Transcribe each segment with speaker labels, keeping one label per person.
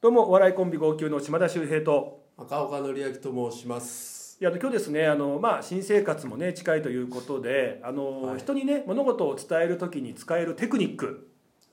Speaker 1: どうもお笑いコンビ号泣の島田秀平と
Speaker 2: 赤岡典明と申します
Speaker 1: いやあの今日ですねあの、まあ、新生活もね近いということであの、
Speaker 2: はい
Speaker 1: 人にね物事を伝える時に使えるテクニック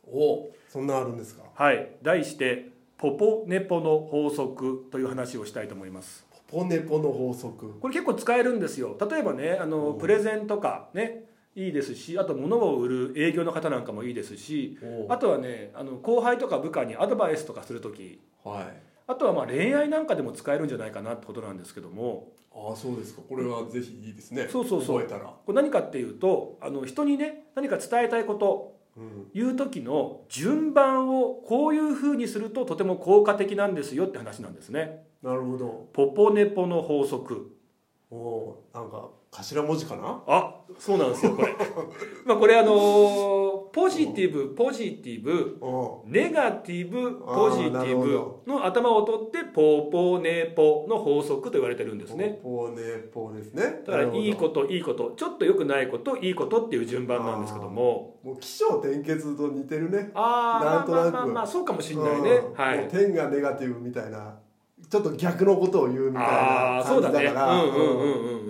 Speaker 2: おそんなあるんですか
Speaker 1: はい題して「ポポネポの法則」という話をしたいと思います
Speaker 2: ポポネポの法則
Speaker 1: これ結構使えるんですよ例えばねあの
Speaker 2: おう
Speaker 1: プレゼンとかねいいですしあと物を売る営業の方なんかもいいですし
Speaker 2: お
Speaker 1: あとはねあの後輩とか部下にアドバイスとかする時
Speaker 2: はい
Speaker 1: あとはまあ恋愛なんかでも使えるんじゃないかなってことなんですけども
Speaker 2: ああそうですかこれはぜひいいですね
Speaker 1: そうそうそう
Speaker 2: 覚えたら
Speaker 1: これ何かっていうとあの人にね何か伝えたいこと
Speaker 2: うん
Speaker 1: 言う時の順番をこういうふうにするととても効果的なんですよって話なんですね。
Speaker 2: なるほど
Speaker 1: ポポネポの法則
Speaker 2: おおなんか頭文字かな
Speaker 1: あそうなんですよこれ まあこれあのーポジティブポジティブ
Speaker 2: お
Speaker 1: ネガティブ
Speaker 2: あ
Speaker 1: ポ
Speaker 2: ー
Speaker 1: ジテ
Speaker 2: な
Speaker 1: ィ
Speaker 2: るほ
Speaker 1: ブの頭を取ってポポネポの法則と言われてるんですね
Speaker 2: ポポネポですね
Speaker 1: だからいいこといいことちょっと良くないこといいことっていう順番なんですけども
Speaker 2: ともう起承転結と似てるね
Speaker 1: ああ
Speaker 2: なんとなく
Speaker 1: まあまあまあそうかもしれないね
Speaker 2: うん
Speaker 1: は
Speaker 2: もう
Speaker 1: い
Speaker 2: 天がネガティブみたいなちょっと逆のことを言うみたい
Speaker 1: あ
Speaker 2: な
Speaker 1: あーそ
Speaker 2: 感
Speaker 1: うだ
Speaker 2: じだか
Speaker 1: ねう
Speaker 2: ら
Speaker 1: んうんうん
Speaker 2: ん
Speaker 1: うんう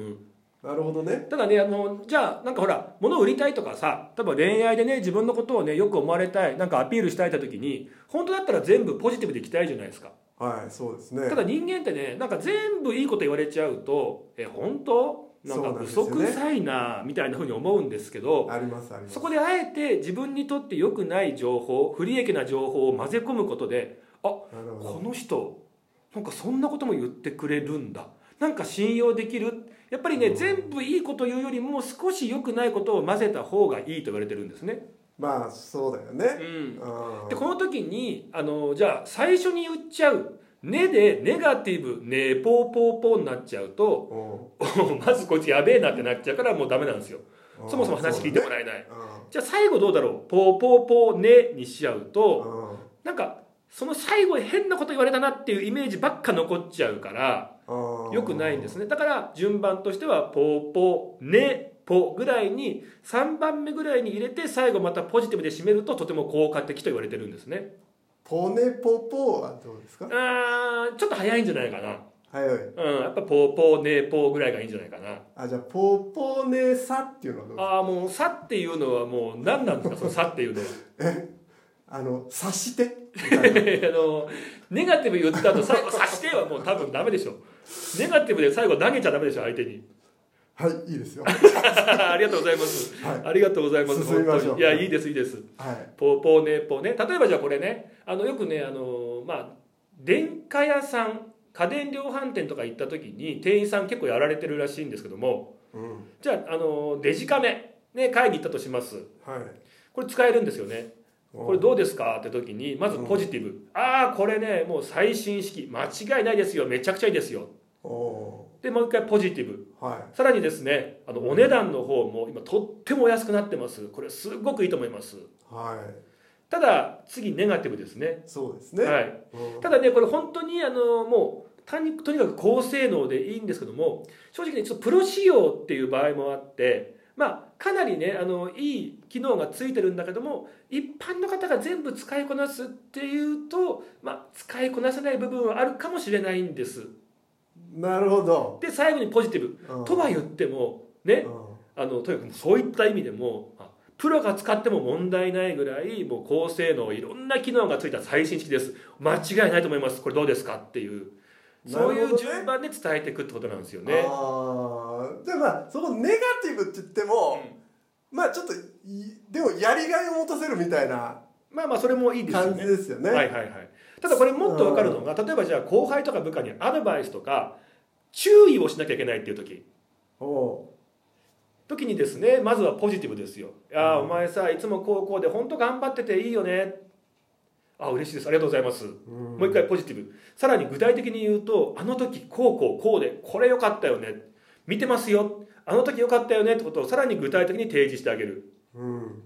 Speaker 1: ん
Speaker 2: なるほどね
Speaker 1: ただねあのじゃあなんかほら物を売りたいとかさ例えば恋愛でね自分のことをねよく思われたいなんかアピールしたいって時に本当だったら全部ポジティブでいきたいじゃないですか
Speaker 2: はいそうですね
Speaker 1: ただ人間ってねなんか全部いいこと言われちゃうとえ本当なんか
Speaker 2: そうなんですよ
Speaker 1: 嘘
Speaker 2: ね
Speaker 1: くさいなみたいなふうに思うんですけど
Speaker 2: ありますあります
Speaker 1: そこであえて自分にとって良くない情報不利益な情報を混ぜ込むことで
Speaker 2: なるほど
Speaker 1: この人なんかそんなことも言ってくれるんだなんか信用できるやっぱりね、
Speaker 2: うん
Speaker 1: 全部いいこと言うよりも少し良くないことを混ぜた方がいいと言われてるんですね。
Speaker 2: まあそうだよ
Speaker 1: う
Speaker 2: ね、
Speaker 1: ん、
Speaker 2: うん
Speaker 1: でこの時にあのじゃあ最初に言っちゃう「ね」でネガティブ「ね」ポーポーポーになっちゃうと
Speaker 2: う
Speaker 1: まずこいつやべえなってなっちゃうからもうダメなんですよ
Speaker 2: ん
Speaker 1: そもそも話聞いてもらえない。
Speaker 2: うん
Speaker 1: じゃあ最後どうだろう「ポーポーポーね」にしちゃうと、
Speaker 2: うんうん
Speaker 1: なんかその最後に変なこと言われたなっていうイメージばっか残っちゃうから
Speaker 2: うん
Speaker 1: 良くないんですねだから順番としては「ポポネポ」ぐらいに3番目ぐらいに入れて最後またポジティブで締めるととても効果的と言われてるんですね
Speaker 2: ポネポポはどうですか
Speaker 1: あーちょっと早いんじゃないかな
Speaker 2: はいはい
Speaker 1: うんやっぱ「ポポネポ」ぐらいがいいんじゃないかな
Speaker 2: あじゃあポポネサっていうのはどうですか
Speaker 1: ああもう「さ」っていうのはもう何なんですかその「さ」っていうのは
Speaker 2: あの察してみたいな
Speaker 1: あのネガティブ言った後最後「さして」はもう多分ダメでしょネガティブで最後投げちゃダメでしょ相手に
Speaker 2: はいいいですよ
Speaker 1: ありがとうございます。
Speaker 2: はい
Speaker 1: ありがとうございます。
Speaker 2: 進みましょ
Speaker 1: 本当
Speaker 2: う
Speaker 1: にいや、いいです、いいです。
Speaker 2: はい
Speaker 1: ポーポーネーポーね。例えばじゃあこれね、あの、よくね、あの、まあ、電化屋さん、家電量販店とか行った時に店員さん結構やられてるらしいんですけども、
Speaker 2: うん
Speaker 1: じゃあ、あの、デジカメ、ね、買いに行ったとします。
Speaker 2: はい
Speaker 1: これ使えるんですよね。これ
Speaker 2: うん
Speaker 1: どうですかって時に、まずポジティブ。ああ、これね、もう最新式。間違いないですよ。めちゃくちゃいいですよ。
Speaker 2: お
Speaker 1: で、もう一回ポジティブ。
Speaker 2: ーはい
Speaker 1: さらにですねあのお値段の方も今とってもお安くなってますこれすっごくいいと思います
Speaker 2: は
Speaker 1: ただ次ネガティブですね
Speaker 2: いそうですね、
Speaker 1: はい、
Speaker 2: うん
Speaker 1: ただねこれ本当にあのもう単にとにかく高性能でいいんですけども正直ねちょっとプロ仕様っていう場合もあってまあかなりねあのいい機能がついてるんだけども一般の方が全部使いこなすっていうと、まあ、使いこなせない部分はあるかもしれないんです
Speaker 2: なるほど、
Speaker 1: で最後にポジティブ
Speaker 2: うん
Speaker 1: とは言ってもね
Speaker 2: うん
Speaker 1: あのとにかくそういった意味でもあプロが使っても問題ないぐらいもう高性能いろんな機能がついた最新式です間違いないと思いますこれどうですかっていう、
Speaker 2: なる
Speaker 1: そ
Speaker 2: ほ
Speaker 1: う
Speaker 2: どね
Speaker 1: いう順番で伝えていくってことなんですよね
Speaker 2: ああじゃあまあそこネガティブって言っても、まあちょっといでもやりがいを持たせるみたいな
Speaker 1: まあまあそれもいいですよ
Speaker 2: 感じ
Speaker 1: ね
Speaker 2: ですよね
Speaker 1: はいはいはいただこれもっと分かるのが例えばじゃあ後輩とか部下にアドバイスとか注意をしなきゃいけないっていう時
Speaker 2: お
Speaker 1: 時にですねまずはポジティブですよ「ああ、
Speaker 2: うん
Speaker 1: お前さいつもこうこうで本当頑張ってていいよね」ああ嬉しいですありがとうございます
Speaker 2: う、うん
Speaker 1: もう一回ポジティブさらに具体的に言うとあの時こうこうこうでこれ良かったよね見てますよあの時良かったよねってことをさらに具体的に提示してあげる
Speaker 2: うん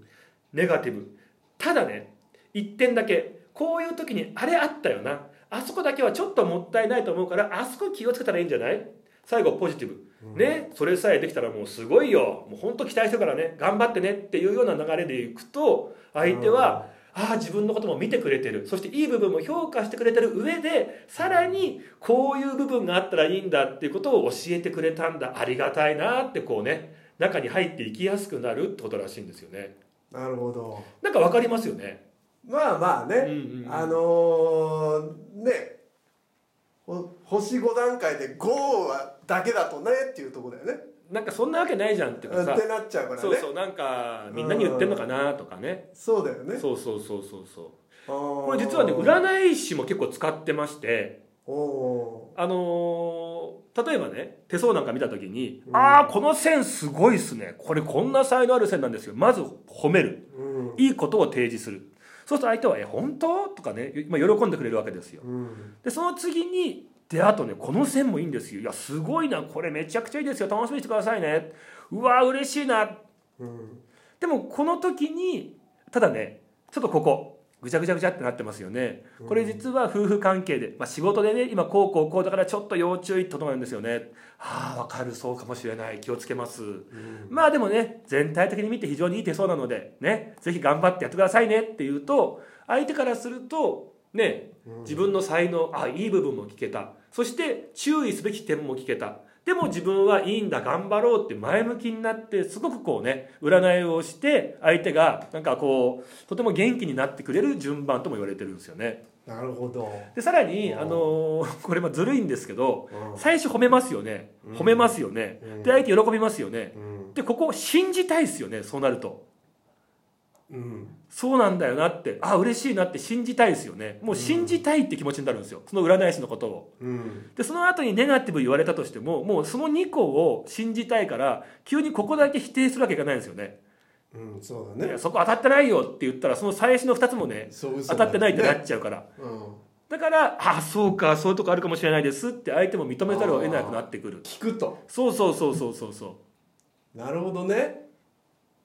Speaker 1: ネガティブただね一点だけこういう時にあれあったよなあそこだけはちょっともったいないと思うからあそこ気をつけたらいいんじゃない最後ポジティブ、
Speaker 2: うん
Speaker 1: ねそれさえできたらもうすごいよもう本当期待してるからね頑張ってねっていうような流れでいくと相手は、ああ自分のことも見てくれてるそしていい部分も評価してくれてる上でさらにこういう部分があったらいいんだっていうことを教えてくれたんだありがたいなってこうね中に入っていきやすくなるってことらしいんですよね
Speaker 2: なるほど
Speaker 1: なんかわかりますよね
Speaker 2: まあまあ
Speaker 1: う
Speaker 2: ね、
Speaker 1: んうん
Speaker 2: あのーねほ星5段階で5はだけだとねっていうところだよね
Speaker 1: なんかそんなわけないじゃんっていうかさ
Speaker 2: ってなっちゃうからねそ
Speaker 1: そううそうなんかみんなに言ってんのかなとかね
Speaker 2: だよね
Speaker 1: そうそうそうそうそう
Speaker 2: こ
Speaker 1: これ実はね占い師も結構使ってまして
Speaker 2: おお
Speaker 1: あのー例えばね手相なんか見た時に「
Speaker 2: うん
Speaker 1: ああこの線すごいっすねこれこんな才能ある線なんですよ」まず褒める
Speaker 2: ー、うん
Speaker 1: いいことを提示するそうすると相手は「え本当?」とかね、まあ、喜んでくれるわけですよ
Speaker 2: うん、
Speaker 1: でその次にであとねこの線もいいんですよいやすごいなこれめちゃくちゃいいですよ楽しみにしてくださいねうわー嬉しいな
Speaker 2: うん、
Speaker 1: でもこの時にただねちょっとここぐちゃぐちゃぐちゃってなってますよねこれ実は夫婦関係で、まあ、仕事でね今こうこうこうだからちょっと要注意ってことなんですよねはあわかるそうかもしれない気をつけます
Speaker 2: うん
Speaker 1: まあでもね全体的に見て非常にいい手相なのでねぜひ頑張ってやってくださいねっていうと相手からするとね
Speaker 2: うん
Speaker 1: 自分の才能あいい部分も聞けたそして注意すべき点も聞けたでも自分はいいんだ頑張ろうって前向きになってすごくこうね占いをして相手がなんかこうとても元気になってくれる順番とも言われてるんですよね
Speaker 2: なるほど、
Speaker 1: でさらに、
Speaker 2: うん
Speaker 1: あのー これまあずるいんですけど
Speaker 2: う
Speaker 1: 最初褒めますよね
Speaker 2: うん
Speaker 1: 褒めますよね、
Speaker 2: うん
Speaker 1: で相手喜びますよね
Speaker 2: ん
Speaker 1: でここ信じたいですよねそうなると
Speaker 2: うん
Speaker 1: そうなんだよなってあ嬉しいなって信じたいですよねもう信じたいって気持ちになるんですよその占い師のことを
Speaker 2: うん
Speaker 1: でその後にネガティブ言われたとしてももうその2個を信じたいから急にここだけ否定するわけいかないんですよね
Speaker 2: うん、そう
Speaker 1: い
Speaker 2: だね
Speaker 1: やそこ当たってないよって言ったらその最初の2つもね
Speaker 2: そう嘘
Speaker 1: 当た
Speaker 2: だね
Speaker 1: ってないってなっちゃうから、
Speaker 2: うん、
Speaker 1: だから「あそうかそういうとこあるかもしれないです」って相手も認めざるを得なくなってくる
Speaker 2: 聞くと
Speaker 1: そうそうそうそうそうそ
Speaker 2: なるほどね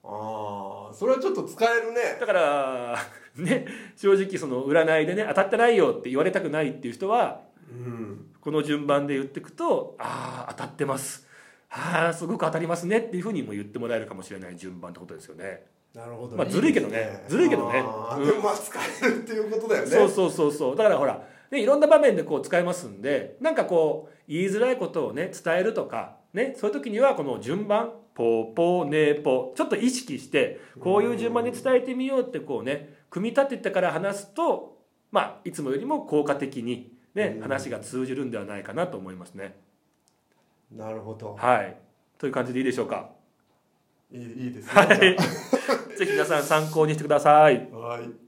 Speaker 2: ああそれはちょっと使える
Speaker 1: う
Speaker 2: ね
Speaker 1: だからね正直その占いでね当たってないよって言われたくないっていう人は
Speaker 2: うん
Speaker 1: この順番で言っていくと「ああ当たってます」「ああすごく当たりますね」っていうふうにも言ってもらえるかもしれない順番ってことですよね
Speaker 2: なるほど、
Speaker 1: まあずるいけどねずるいけどね
Speaker 2: あー
Speaker 1: うん
Speaker 2: でもまあ使えるっていうことだよね
Speaker 1: そうそうそうそうだからほら、ね、いろんな場面でこう使えますんでなんかこう言いづらいことをね伝えるとかねそういう時にはこの順番ポーポーネーポーちょっと意識してこういう順番で伝えてみようってこうね組み立ててから話すとまあいつもよりも効果的にね
Speaker 2: うん
Speaker 1: 話が通じるんではないかなと思いますね
Speaker 2: なるほど
Speaker 1: はいという感じでいいでしょうか
Speaker 2: いいいいですね
Speaker 1: はいぜひ皆さん参考にしてください
Speaker 2: はい